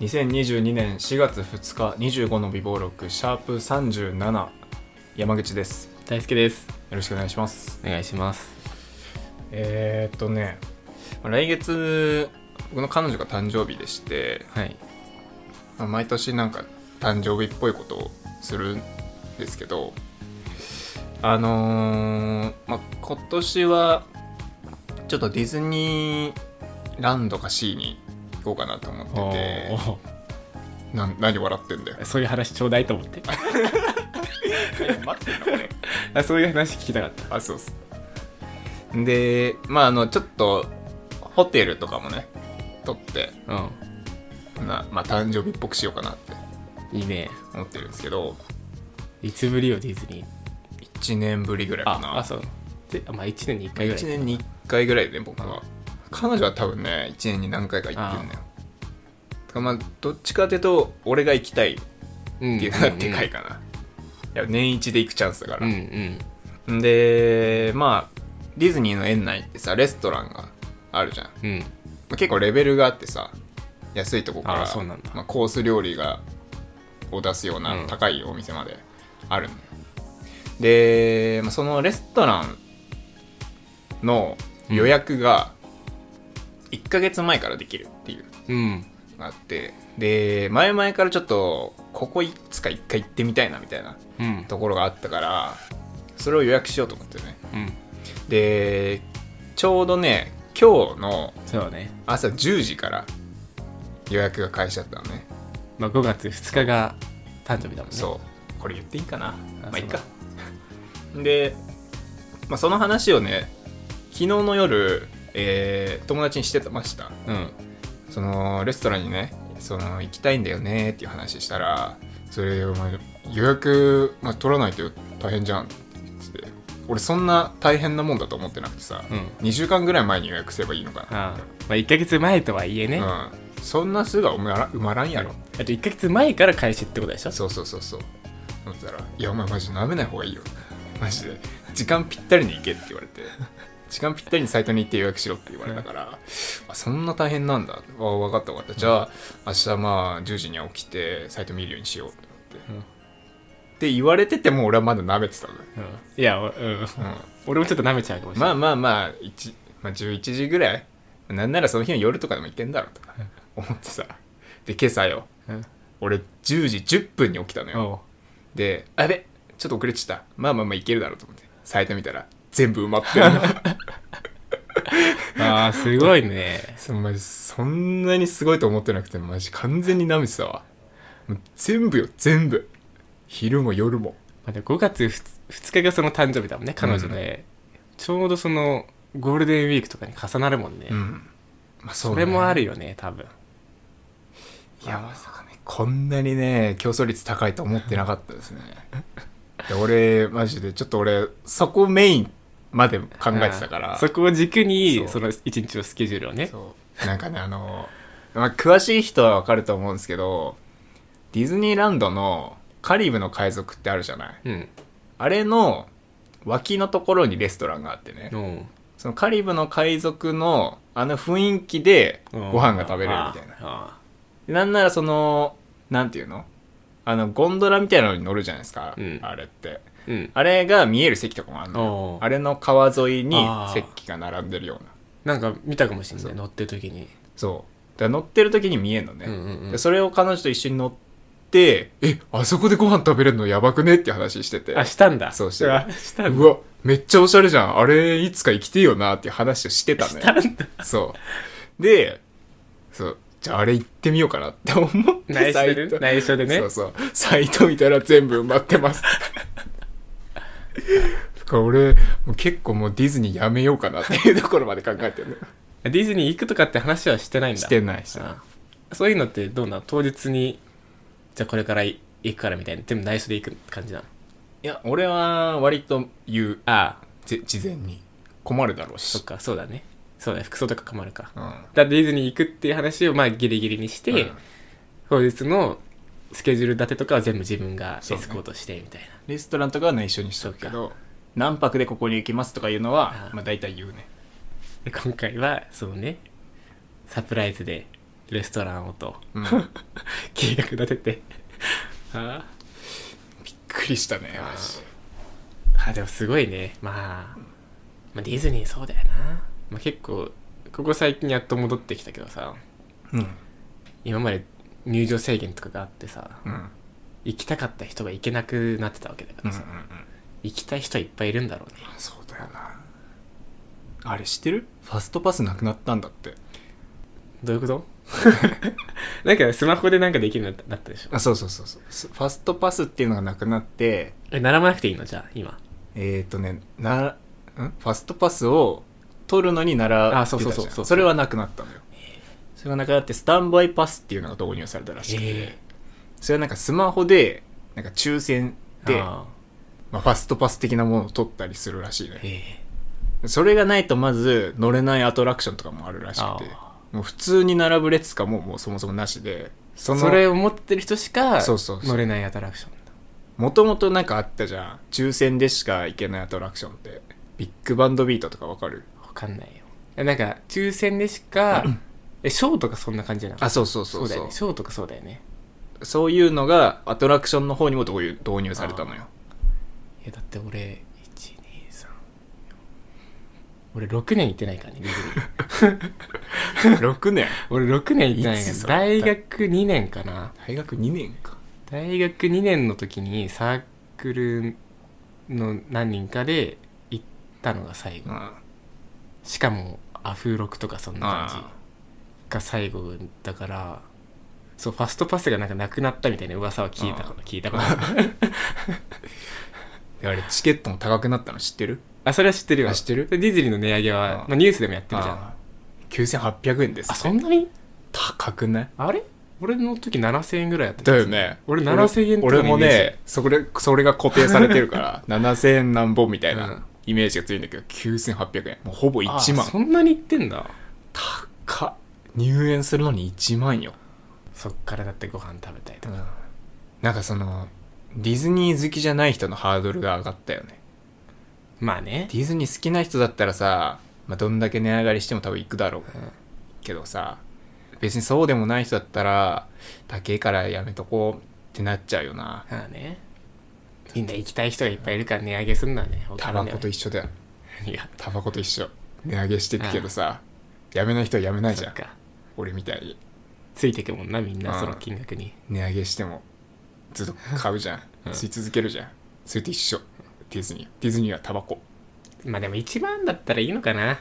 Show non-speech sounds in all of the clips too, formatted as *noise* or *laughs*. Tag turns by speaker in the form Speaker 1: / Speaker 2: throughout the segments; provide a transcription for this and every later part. Speaker 1: 2022年4月2日25の美貌録シャープ37山口です
Speaker 2: 大輔です
Speaker 1: よろしくお願いします
Speaker 2: お願いします
Speaker 1: えー、っとねまあ来月僕の彼女が誕生日でして
Speaker 2: はい
Speaker 1: まあ毎年なんか誕生日っぽいことをするんですけどあのーまあ、今年はちょっとディズニーランドかシーに行こうかなと思
Speaker 2: お
Speaker 1: って
Speaker 2: ー
Speaker 1: てなん何笑ってんだよ
Speaker 2: そういう話ちょうだいと思って
Speaker 1: *laughs* 待ってんのこれ
Speaker 2: あ *laughs* そういう話聞きたかった
Speaker 1: あそうっすでまああのちょっとホテルとかもね取って
Speaker 2: う
Speaker 1: な、まあ、誕生日っぽくしようかなって
Speaker 2: んいいね
Speaker 1: 思ってるんですけど
Speaker 2: いつぶりよディズニー
Speaker 1: 1年ぶりぐらいかな
Speaker 2: ああそうであまあ1年に1回ぐらい
Speaker 1: 1年に1回ぐらいで僕は彼女は多分ね1年に何回か行ってるんだよだからまあどっちかというと俺が行きたいって
Speaker 2: うん
Speaker 1: いうのがでかいかな、いや年一で行くチャンスだか
Speaker 2: う
Speaker 1: ら
Speaker 2: んう、ん
Speaker 1: でまあディズニーの園内ってさレストランがあるじゃん
Speaker 2: うんうん
Speaker 1: まあ結構レベルがあってさ安いとこか
Speaker 2: あ
Speaker 1: ら
Speaker 2: ーそうなんだ
Speaker 1: まあ、コース料理がを出すよう
Speaker 2: う
Speaker 1: なん高いお店まであるのよ、で、まあ、そのレストランの予約が1ヶ月前からできるっていう
Speaker 2: うん
Speaker 1: のがあってで前々からちょっとここいつか1回行ってみたいなみたいな
Speaker 2: うん
Speaker 1: ところがあったからそれを予約しようと思ってね
Speaker 2: うん
Speaker 1: でちょうどね今日の
Speaker 2: そうだね
Speaker 1: 朝10時から予約が開始だったのね
Speaker 2: まあ5月2日が誕生日だもんね
Speaker 1: そうこれ言っていいかな
Speaker 2: あ
Speaker 1: まあいいかで、まあ、その話をね昨日の夜、えー友達にしてました
Speaker 2: うん
Speaker 1: そのレストランにねその行きたいんだよねっていう話したらそれお前予約、まあ、取らないと大変じゃんって言って俺そんな大変なもんだと思ってなくてさ、
Speaker 2: うん
Speaker 1: 2週間ぐらい前に予約すればいいのか
Speaker 2: ああまあ1ヶ月前とはいえね、あ
Speaker 1: な、うん、そんなすぐは埋まら埋まらんやろ、
Speaker 2: と1ヶ月前から開始ってことでしょ
Speaker 1: そうそうそうそう思ったら「いやお前マジ舐めない方がいいよマジで時間ぴったりに行け」って言われ *laughs* て時間ぴったりにサイトに行って予約しろって言われたから、あそんな大変なんだあ分かった分かったじゃあ明日まあ10時には起きてサイト見るようにしようって思って、
Speaker 2: うん
Speaker 1: って言われてても俺はまだ舐めてたのよ、
Speaker 2: うん、いや、おうん、
Speaker 1: う
Speaker 2: 俺もちょっと舐めちゃうかもし
Speaker 1: ん、
Speaker 2: れな
Speaker 1: ま
Speaker 2: い、
Speaker 1: あまあまあ1、まあ、11時ぐらいなんならその日の夜とかでも行けんだろうとか思ってさで今朝よ
Speaker 2: うん
Speaker 1: 俺10時10分に起きたのよ、
Speaker 2: おう
Speaker 1: で、あやべ、ちょっと遅れちゃった。まあまあまあいけるだろうと思って、サイト見たら、全部埋まってるの。
Speaker 2: ああすごいね
Speaker 1: *laughs* そマジそんなにすごいと思ってなくて、マジ完全に舐めてたわ。もう全部よ、全部。昼も夜も。
Speaker 2: まあでも5月 2, 日がその誕生日だもんね彼女で、ちょうどそのゴールデンウィークとかに重なるもんね、
Speaker 1: ん。まあそ、
Speaker 2: そう
Speaker 1: ね、
Speaker 2: れもあるよね多分
Speaker 1: いや、まさかね、こんなにね、競争率高いと思ってなかったですね。 *laughs* で俺、マジで、ちょっと俺、そこメインまで考えてたから。
Speaker 2: ああそこを軸
Speaker 1: そ
Speaker 2: に
Speaker 1: う
Speaker 2: その一日のスケジュールをね
Speaker 1: そうなんかねあの、 *laughs* まあ、詳しい人はわかると思うんですけどディズニーランドのカリブの海賊ってあるじゃない
Speaker 2: うん
Speaker 1: あれの脇のところにレストランがあってね
Speaker 2: うん
Speaker 1: そのカリブの海賊のあの雰囲気でご飯が食べれるみたいな
Speaker 2: な
Speaker 1: でなんならそのなんていうのあのゴンドラみたいなのに乗るじゃないですか、
Speaker 2: うん
Speaker 1: あれって
Speaker 2: うん
Speaker 1: あれが見える席とかもあるの
Speaker 2: お
Speaker 1: よ
Speaker 2: う
Speaker 1: あれの川沿いに
Speaker 2: あー
Speaker 1: 席が並んでるような
Speaker 2: なんか見たかもしれない乗ってる時に
Speaker 1: そうだから乗ってる時に見えるのね、
Speaker 2: うんうんうん
Speaker 1: でそれを彼女と一緒に乗ってえあそこでご飯食べれるのやばくねって話してて
Speaker 2: あしたんだ
Speaker 1: そうしてる
Speaker 2: あしたん
Speaker 1: う
Speaker 2: だ
Speaker 1: わめっちゃおしゃれじゃんあれいつか行きてえよなっていう話をしてたね
Speaker 2: *laughs* したんだ
Speaker 1: そうでそうじゃああれ行ってみようかなって思って
Speaker 2: 内緒
Speaker 1: サイト
Speaker 2: でね内緒でね
Speaker 1: そうそうサイト見たら全部埋まってますだから俺もう結構もうディズニーやめようかなっていうところまで考え
Speaker 2: *laughs*
Speaker 1: てるの
Speaker 2: ディズニー行くとかって話はしてないんだ
Speaker 1: してないしてない
Speaker 2: あそういうのってどうなの当日にじゃあこれから行くからみたいな全部内緒で行く感じなの
Speaker 1: いや俺は割と言う
Speaker 2: ああ
Speaker 1: ぜ事前に困るだろう
Speaker 2: そっ
Speaker 1: し、
Speaker 2: かそうだねそうだね服装とか困るかだか
Speaker 1: うん
Speaker 2: らディズニー行くっていう話をまあギリギリにして、
Speaker 1: うん
Speaker 2: 当日のスケジュール立てとかは全部自分がエ
Speaker 1: そうね
Speaker 2: スコートしてみたいな、
Speaker 1: レストランとかは内緒にしとくけど何泊でここに行きますとかいうのは
Speaker 2: ああ
Speaker 1: まあ大体言うね
Speaker 2: で今回はそうねサプライズでレストランをと
Speaker 1: うん、び
Speaker 2: 計画立てて *laughs* あ
Speaker 1: っくりしたねマジ
Speaker 2: ーあでもすごいね、まあ、まあディズニーそうだよな、まあ、結構ここ最近やっと戻ってきたけどさ
Speaker 1: うん
Speaker 2: 今まで入場制限とかがあってさ
Speaker 1: うんうん
Speaker 2: 行きたかった人が行けなくなってたわけだか
Speaker 1: うんう
Speaker 2: ら
Speaker 1: ん
Speaker 2: さ、行きたい人はいっぱいいるんだろうね
Speaker 1: そうだよなあれ知ってるファストパスなくなったんだって
Speaker 2: どういうこと *laughs* なんかスマホでなんかできるようになったなったでしょ
Speaker 1: あそうそうそうそうファストパスっていうのがなくなって
Speaker 2: え並ばなくていいのじゃあ今
Speaker 1: えっ、ー、とねなんファストパスを取るのに習ってたじゃん
Speaker 2: あそうそうそうそう
Speaker 1: それはなくなったのよそれがなくなってスタンバイパスっていうのが導入されたらしくて、
Speaker 2: え
Speaker 1: それはなんかスマホでなんか抽選で
Speaker 2: あ
Speaker 1: まあ、ファストパス的なものを取ったりするらしい
Speaker 2: ー
Speaker 1: ね
Speaker 2: え
Speaker 1: それがないとまず乗れないアトラクションとかもあるらしくて
Speaker 2: あ
Speaker 1: もう普通に並ぶ列とかももうそもそもなしでそ
Speaker 2: ーそれを持ってる人しか
Speaker 1: そうそうそう
Speaker 2: 乗れないアトラクションだ
Speaker 1: もともとなんかあったじゃん抽選でしか行けないアトラクションってビッグバンドビートとかわかる
Speaker 2: わかんないよえなんか抽選でし
Speaker 1: *clears throat*
Speaker 2: かえショーとかそんな感じなの
Speaker 1: あそうそうそ
Speaker 2: そう
Speaker 1: う
Speaker 2: だ
Speaker 1: そ
Speaker 2: よ
Speaker 1: う
Speaker 2: ねショーとかそうだよね
Speaker 1: そういうのがアトラクションの方にも導入導入されたのよ
Speaker 2: いやだって俺123俺6年行ってないからねディズニ
Speaker 1: *laughs*
Speaker 2: ー
Speaker 1: 6年
Speaker 2: 俺6年行ってないか
Speaker 1: いつそ
Speaker 2: ら
Speaker 1: れ
Speaker 2: 大学2年かな
Speaker 1: 大学2年か
Speaker 2: 大学2年の時にサークルの何人かで行ったのが最後
Speaker 1: あ
Speaker 2: しかもアフロクとかそん
Speaker 1: あ
Speaker 2: な感じが最後だからそうファストパスがなんかなくなったみたいな噂は聞いたこと聞いたことある
Speaker 1: あれチケットも高くなったの知ってる
Speaker 2: あそれは知ってるよ
Speaker 1: あ知ってる
Speaker 2: でディズニーの値上げは
Speaker 1: あ
Speaker 2: まあ、ニュースでもやってるじゃんあ
Speaker 1: ああ9800円ですって
Speaker 2: そんなに
Speaker 1: 高くない
Speaker 2: あれ俺の時7000円ぐらいやった
Speaker 1: だよね
Speaker 2: 俺7000円とかの
Speaker 1: 俺も
Speaker 2: イメ
Speaker 1: ねそれそれが固定されてる *laughs* から7000円なんぼみたい
Speaker 2: うん
Speaker 1: なイメージがついんだけど9800円もうほぼ
Speaker 2: あ
Speaker 1: 1万
Speaker 2: そんなにいってんだ
Speaker 1: 高っ入園するのに1万よ、
Speaker 2: そっからだってご飯食べたりとか、
Speaker 1: なんかそのディズニー好きじゃない人のハードルが上がったよね
Speaker 2: まあね
Speaker 1: ディズニー好きな人だったらさ、まあ、どんだけ値上がりしても多分行くだろうけどさ別にそうでもない人だったら高えからやめとこうってなっちゃうよな
Speaker 2: まあねみんな行きたい人がいっぱいいるから値上げすんのはねお
Speaker 1: タ
Speaker 2: 金
Speaker 1: バ
Speaker 2: では
Speaker 1: コと一緒だよ
Speaker 2: いや
Speaker 1: タバコと一緒値上げしていくけどさやめない人はやめないじ
Speaker 2: そ
Speaker 1: ゃ
Speaker 2: っ
Speaker 1: ん
Speaker 2: か
Speaker 1: 俺みたいに
Speaker 2: ついてくもんなみんな
Speaker 1: うん
Speaker 2: その金額に
Speaker 1: 値上げしてもずっと買うじゃん
Speaker 2: うん
Speaker 1: 吸い続けるじゃんそれと一緒ディズニーディズニーはタバコ
Speaker 2: まあでも一番だったらいいのかな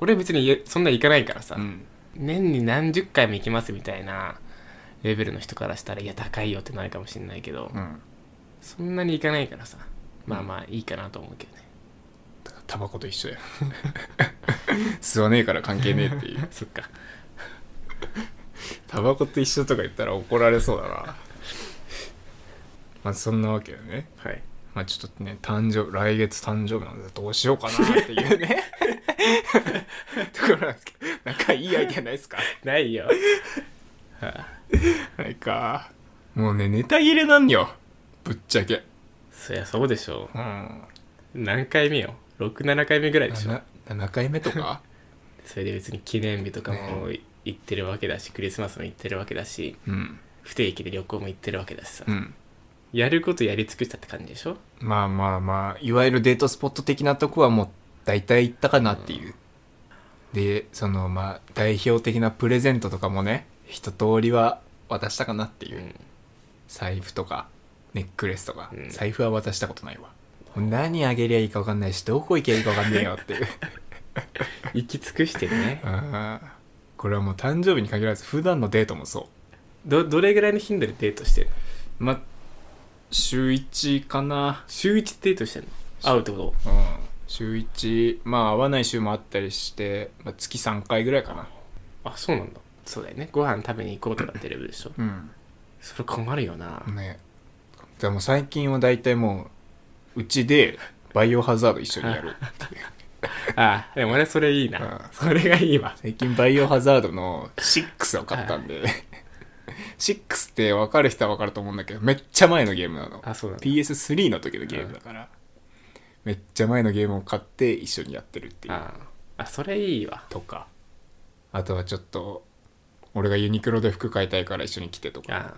Speaker 2: 俺別にえそんな行かないからさ、
Speaker 1: うん
Speaker 2: 年に何十回も行きますみたいなレベルの人からしたらいや高いよってなるかもしれないけど、
Speaker 1: うん
Speaker 2: そんなに行かないからさまあまあいいかなと思うけどね、
Speaker 1: だからタバコと一緒や *laughs* 吸わねえから関係ねえっていう
Speaker 2: そっか
Speaker 1: タバコと一緒とか言ったら怒られそうだなまあそんなわけでね
Speaker 2: はい
Speaker 1: まあちょっとね誕生来月誕生日なんでどうしようかなっていうねところなんですけど *laughs* なんかいいアイデアないですか
Speaker 2: ないよ
Speaker 1: はいかもうねネタ切れなんよぶっちゃけ
Speaker 2: そりゃそうでしょ
Speaker 1: うん
Speaker 2: う何回目よ67回目ぐらいでしょ
Speaker 1: 7, 回目とか
Speaker 2: それで別に記念日とかも行ってるわけだし、クリスマスも行ってるわけだし
Speaker 1: *laughs* うん
Speaker 2: 不定期で旅行も行ってるわけだしさ、
Speaker 1: うん
Speaker 2: やることやり尽くしたって感じでしょ
Speaker 1: まあまあまあいわゆるデートスポット的なとこはもう大体行ったかなっていう、でそのまあ代表的なプレゼントとかもね一通りは渡したかなっていう、
Speaker 2: うん
Speaker 1: 財布とかネックレスとか、
Speaker 2: うん
Speaker 1: 財布は渡したことないわもう何あげりゃいいか分かんないしどこ行けばいいか分かんねえよっていう
Speaker 2: *laughs* 行き尽くしてるね
Speaker 1: あーこれはもう誕生日に限らず普段のデートもそう
Speaker 2: どどれぐらいの頻度でデートしてるの
Speaker 1: まあ週1かな
Speaker 2: 週1デートしてんの会うってこ
Speaker 1: うん週1まあ会わない週もあったりして、まあ、月3回ぐらいかな
Speaker 2: とあそうなんだそうだよねご飯食べに行こうとかってレベルでしょ
Speaker 1: う
Speaker 2: それ困るよなん
Speaker 1: ねでも最近は大体もううちでバイオハザード一緒にやる
Speaker 2: あでも俺それいい
Speaker 1: うん
Speaker 2: なそれがいいわ
Speaker 1: 最近バイオハザードの6を買ったんで6って分かる人は分かると思うんだけどめっちゃ前のゲームなの
Speaker 2: あそうなんだ
Speaker 1: PS3 の時のゲームだからめっちゃ前のゲームを買って一緒にやってるっていう
Speaker 2: ああそれいいわ
Speaker 1: とかあとはちょっと俺がユニクロで服買いたいから一緒に来てとか
Speaker 2: ああ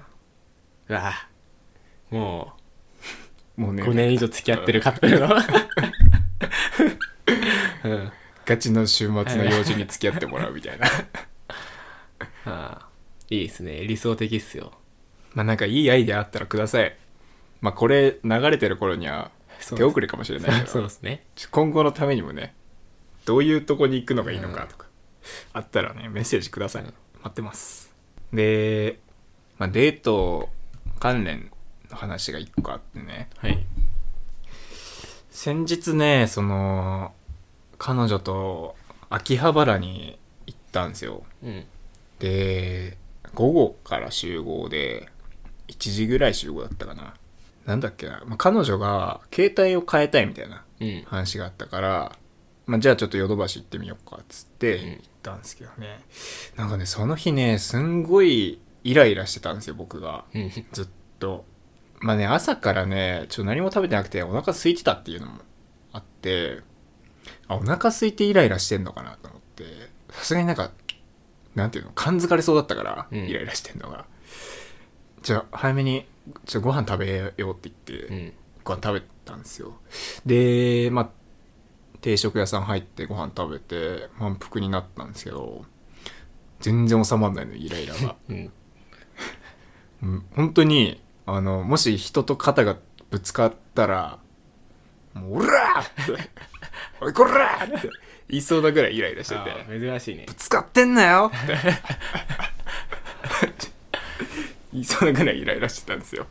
Speaker 2: うわあも
Speaker 1: もう
Speaker 2: う
Speaker 1: ね
Speaker 2: 5年以上付き合ってるカップルのうん
Speaker 1: ガチの週末の用事に付き合ってもらうみたいな
Speaker 2: ああいいですね理想的っすよ
Speaker 1: *laughs* まあなんかいいアイデアあったらくださいまあこれ流れてる頃には
Speaker 2: そう
Speaker 1: 手遅れかもしれないけ
Speaker 2: そう
Speaker 1: ど
Speaker 2: ですね
Speaker 1: 今後のためにもねどういうとこに行くのがいいのかとか、あったらねメッセージください、
Speaker 2: うん
Speaker 1: 待ってますで、まあ、デート関連の話が1個あってね
Speaker 2: はい
Speaker 1: 先日ねその彼女と秋葉原に行ったんですよ
Speaker 2: うん
Speaker 1: で午後から集合で1時ぐらい集合だったかななんだっけな、まあ、彼女が携帯を変えたいみたいな
Speaker 2: うん
Speaker 1: 話があったから、まあ、じゃあちょっとヨドバシ行ってみようかっつって
Speaker 2: うん
Speaker 1: 行ったんですけどね、なんかねその日ねすんごいイライラしてたんですよ僕が
Speaker 2: うん
Speaker 1: ずっとまあね朝からねちょっと何も食べてなくてお腹空いてたっていうのもあってあお腹空いてイライラしてんのかなと思ってさすがになんかなんていうの感づかれそうだったから、
Speaker 2: うん
Speaker 1: イライラしてんのがじゃあ早めにちょっとご飯食べようって言って、
Speaker 2: うん
Speaker 1: ご飯食べたんですよでまあ定食屋さん入ってご飯食べて満腹になったんですけど全然収まんないのイライラが
Speaker 2: うん
Speaker 1: うん本当にあのもし人と肩がぶつかったら「もうおら!」
Speaker 2: *laughs*
Speaker 1: って「おいこら!」って言いそうなぐらいイライラしてて
Speaker 2: ああ珍しいね
Speaker 1: ぶつかってんなよって *laughs* 言いそうなぐらいイライラしてたんですよ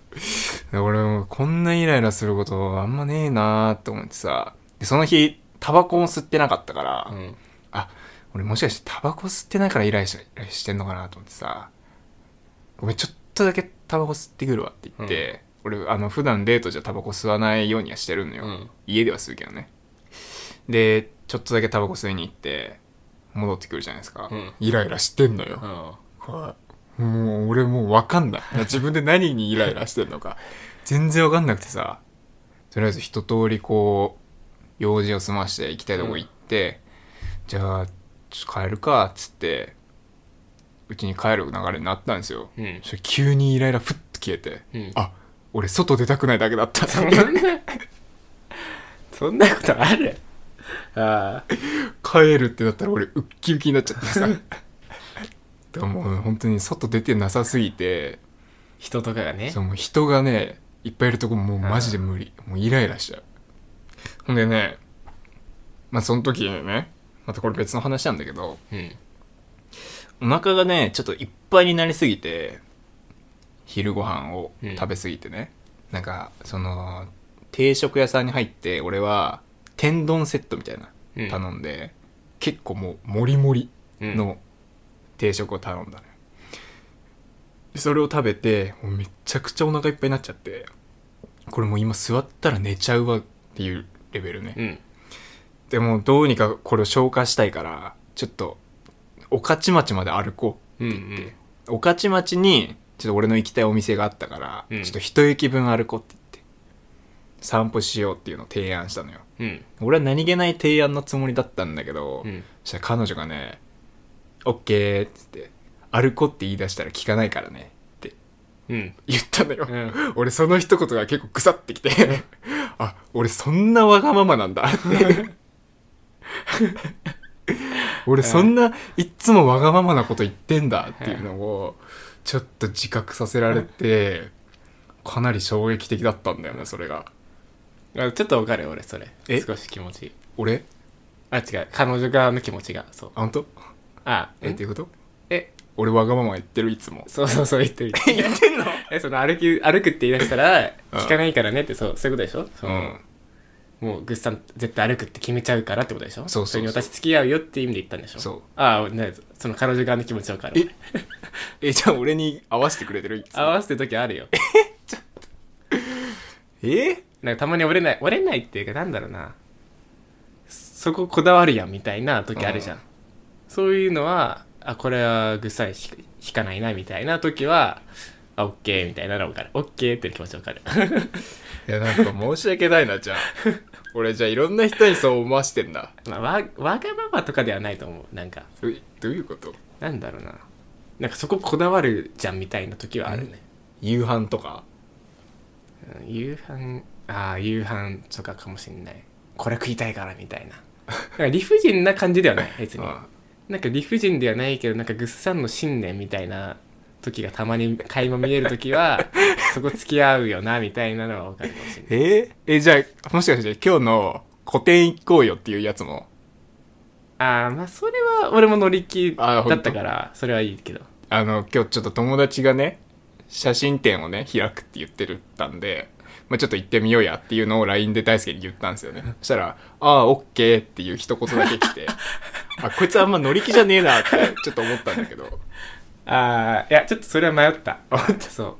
Speaker 1: で俺もこんなイライラすることあんまねえなーって思ってさでその日タバコも吸ってなかったから、
Speaker 2: うん
Speaker 1: あ俺もしかしてタバコ吸ってないからイライラしイライラしてんのかなと思ってさ「ごめんちょっとだけタバコ吸ってくるわ」って言って、俺あの普段デートじゃタバコ吸わないようにはしてるのよ、
Speaker 2: うん
Speaker 1: 家では吸うけどねでちょっとだけタバコ吸いに行って戻ってくるじゃないですか、
Speaker 2: うん
Speaker 1: イライラしてんのよ、
Speaker 2: あ
Speaker 1: これもう俺もう分か
Speaker 2: *laughs*
Speaker 1: んない自分で何にイライラしてんのか全然分かんなくてさとりあえず一通りこう用事を済まして行きたいとこ行って、じゃあちょっと帰るかっつってうちに帰る流れになったんですよ、
Speaker 2: うん
Speaker 1: それ急にイライラふっと消えて、
Speaker 2: うん
Speaker 1: あ俺外出たくないだけだ
Speaker 2: *laughs*
Speaker 1: った
Speaker 2: そんなそんなことあるああ
Speaker 1: 帰るってなったら俺ウッキウキになっちゃってさ *laughs* でももう本当に外出てなさすぎて
Speaker 2: 人とかがね
Speaker 1: そうもう人がねいっぱいいるとこもうマジで無理もうイライラしちゃうほんでねまあその時ねまたこれ別の話なんだけど
Speaker 2: うん
Speaker 1: お腹がねちょっといっぱいになりすぎて昼ご飯を食べ過ぎてね、なんかその定食屋さんに入って俺は天丼セットみたいな
Speaker 2: うん
Speaker 1: 頼んで、結構もうモリモリ
Speaker 2: うん
Speaker 1: の定食を頼んだね、でそれを食べてもうめちゃくちゃお腹いっぱいになっちゃってこれもう今座ったら寝ちゃうわっていうレベルね、
Speaker 2: うん
Speaker 1: でもどうにかこれを消化したいからちょっと御徒町まで歩こ
Speaker 2: うん
Speaker 1: う御徒町にちょっと俺の行きたいお店があったから、
Speaker 2: うん
Speaker 1: ちょっと一駅分歩こうって言って散歩しようっていうのを提案したのよ
Speaker 2: うん
Speaker 1: 俺は何気ない提案のつもりだったんだけど、
Speaker 2: うん
Speaker 1: そしたら彼女がね「オッケーっつって「歩こう」って言い出したら聞かないからねって
Speaker 2: うん
Speaker 1: 言ったのよ、
Speaker 2: うん
Speaker 1: 俺その一言が結構腐ってきてあ俺そんなわがままなん
Speaker 2: *laughs*
Speaker 1: だって俺そんないっつもわがままなこと言ってんだっていうのをちょっと自覚させられてかなり衝撃的だったんだよねそれが
Speaker 2: あちょっとわかる俺それ
Speaker 1: え
Speaker 2: 少し気持ちいい
Speaker 1: 俺
Speaker 2: あ違う彼女側の気持ちがそう
Speaker 1: あ本当
Speaker 2: あ
Speaker 1: え
Speaker 2: え
Speaker 1: っていうこと
Speaker 2: え
Speaker 1: 俺わがまま言ってるいつも
Speaker 2: そうそうそう言ってる
Speaker 1: *laughs* 言ってんの
Speaker 2: えその歩き歩くって言い出したら
Speaker 1: うん
Speaker 2: 聞かないからねってそうそういうことでしょそうの
Speaker 1: ん
Speaker 2: もうグッさん絶対歩くって決めちゃうからってことでし
Speaker 1: そ
Speaker 2: ょ
Speaker 1: うそうそう
Speaker 2: れに私付き合うよって意味で言ったんでしょ
Speaker 1: そう
Speaker 2: ああねその彼女側の気持ちわかる
Speaker 1: ええじゃあ俺に合わせてくれてるいつも
Speaker 2: 合わせてる時あるよ
Speaker 1: え
Speaker 2: なんかたまに折れない折れないっていうかなんだろうなそここだわるやんみたいな時あるじゃん、
Speaker 1: うん
Speaker 2: そういうのはあこれはぐっさり引引かないなみたいな時はあオッケーみたいなの分かるオッケーっていう気持ち分かる *laughs*
Speaker 1: いやなんか申し訳ないなじゃ *laughs* あ俺じゃあいろんな人にそう思わしてんだ
Speaker 2: まあわわがままとかではないと思うなんか
Speaker 1: どういどういうこと
Speaker 2: なんだろうななんかそここだわるじゃんみたいな時はあるね、
Speaker 1: 夕飯とか
Speaker 2: うん夕飯ああ夕飯とかかもしんないこれ食いたいからみたいな *laughs* なんか理不尽な感じではない別に
Speaker 1: あ
Speaker 2: なんか理不尽ではないけどなんかぐっさんの信念みたいな時がたまに垣間見える時
Speaker 1: *laughs*
Speaker 2: はそこ付き合うよなみたいなのは分かるかもしれない
Speaker 1: えーえじゃあもしかして今日の個展行こうよっていうやつも
Speaker 2: ああまあそれは俺も乗り気
Speaker 1: あ
Speaker 2: だ
Speaker 1: ーほんと
Speaker 2: ったからそれはいいけど
Speaker 1: あの今日ちょっと友達がね写真展をね開くって言ってるったんで、まあ、ちょっと行ってみようやっていうのを LINE で大輔に言ったんですよ *laughs* ねそしたら「ああ OK」っていう一言だけ来 *laughs* てあこいつあんま乗り気じゃねえなってちょっと思ったんだけど
Speaker 2: ああいやちょっとそれは迷った思ったそう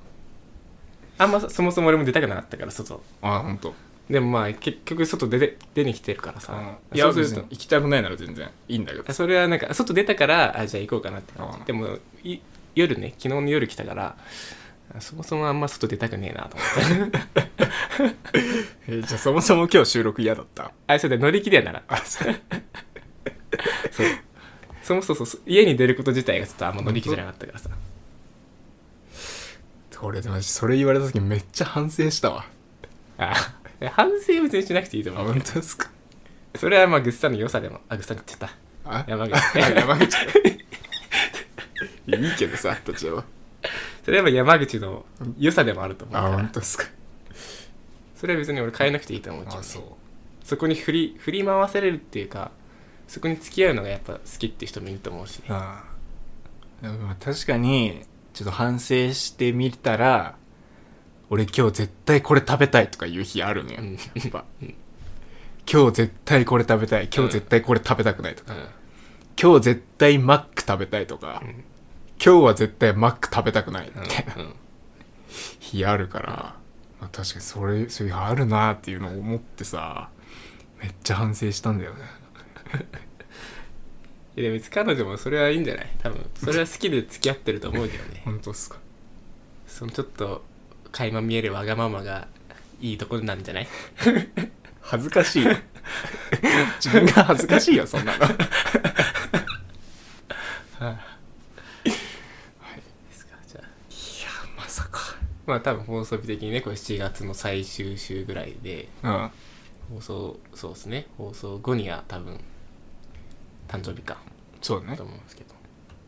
Speaker 2: あんまそそもそも俺も出たくなかったから外
Speaker 1: ああ本当。
Speaker 2: でもまあ結局外出て出に来てるからさ、
Speaker 1: い
Speaker 2: そ
Speaker 1: や
Speaker 2: うす
Speaker 1: 別
Speaker 2: る
Speaker 1: に
Speaker 2: と
Speaker 1: 行きたくないなら全然いいんだけど
Speaker 2: それはなんか外出たからあじゃあ行こうかなって感
Speaker 1: うん
Speaker 2: じでもい夜ね昨日の夜来たからあそもそもあんま外出たくねえなと思って
Speaker 1: *laughs* えじゃあそもそも今日収録嫌だった
Speaker 2: あそうで乗り切れやなら
Speaker 1: *laughs* あそう
Speaker 2: そもそもそう家に出ること自体がちょっとあんま乗り気じゃなかったからさ
Speaker 1: 俺マジそれ言われた時めっちゃ反省したわ
Speaker 2: あー反省は別にしなくていいと
Speaker 1: あ
Speaker 2: 思う
Speaker 1: 本当ですか
Speaker 2: それはまあグッサンの良さでもあグッサンって言っちゃっ
Speaker 1: あ
Speaker 2: た山口
Speaker 1: あ *laughs* 山口いやいいけどさどちらは
Speaker 2: それはやっぱ山口の良さでもあると思うか
Speaker 1: あ本
Speaker 2: ら
Speaker 1: 当ですか
Speaker 2: それは別に俺変えなくていいと思うけどね
Speaker 1: う
Speaker 2: そこに振り振り回せれるっていうかそこに付き合うのがやっぱ好きっていう人もいると思うしね
Speaker 1: ああでも確かにちょっと反省してみたら俺今日絶対これ食べたいとかいう日あるのよ、
Speaker 2: うん
Speaker 1: やっぱ、今日絶対これ食べたい今
Speaker 2: うん
Speaker 1: 日絶対これ食べたくないとか、
Speaker 2: うん
Speaker 1: 今日絶対マック食べたいとか、
Speaker 2: ん
Speaker 1: 今日は絶対マック食べたくないみたいな
Speaker 2: うん
Speaker 1: *laughs* 日あるから、まあ、確かにそれそういう日あるなっていうのを思ってさめっちゃ反省したんだよね
Speaker 2: いやでも別に彼女もそれはいいんじゃない多分それは好きで付き合ってると思うけどね
Speaker 1: 本当っすか
Speaker 2: そのちょっと垣間見えるわがままがいいところなんじゃない
Speaker 1: 恥ずかしい
Speaker 2: *laughs*
Speaker 1: 自分が恥ずかしいよそんなの
Speaker 2: ですかじゃあ
Speaker 1: まさか
Speaker 2: まあ多分放送日的にねこれ7月の最終週ぐらいで
Speaker 1: うん
Speaker 2: 放送そうですね放送後には多分誕生日か
Speaker 1: そうだね
Speaker 2: と思うんですけど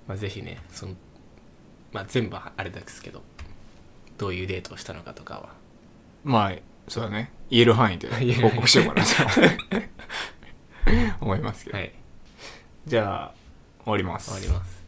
Speaker 2: まあぜひねそのまあ全部はあれですけどどういうデートをしたのかとかは
Speaker 1: まあそうだね言える範囲で
Speaker 2: 言える範
Speaker 1: 報
Speaker 2: 囲
Speaker 1: 告しようかなと思いますけど、
Speaker 2: はい
Speaker 1: じゃあ終わります
Speaker 2: 終わります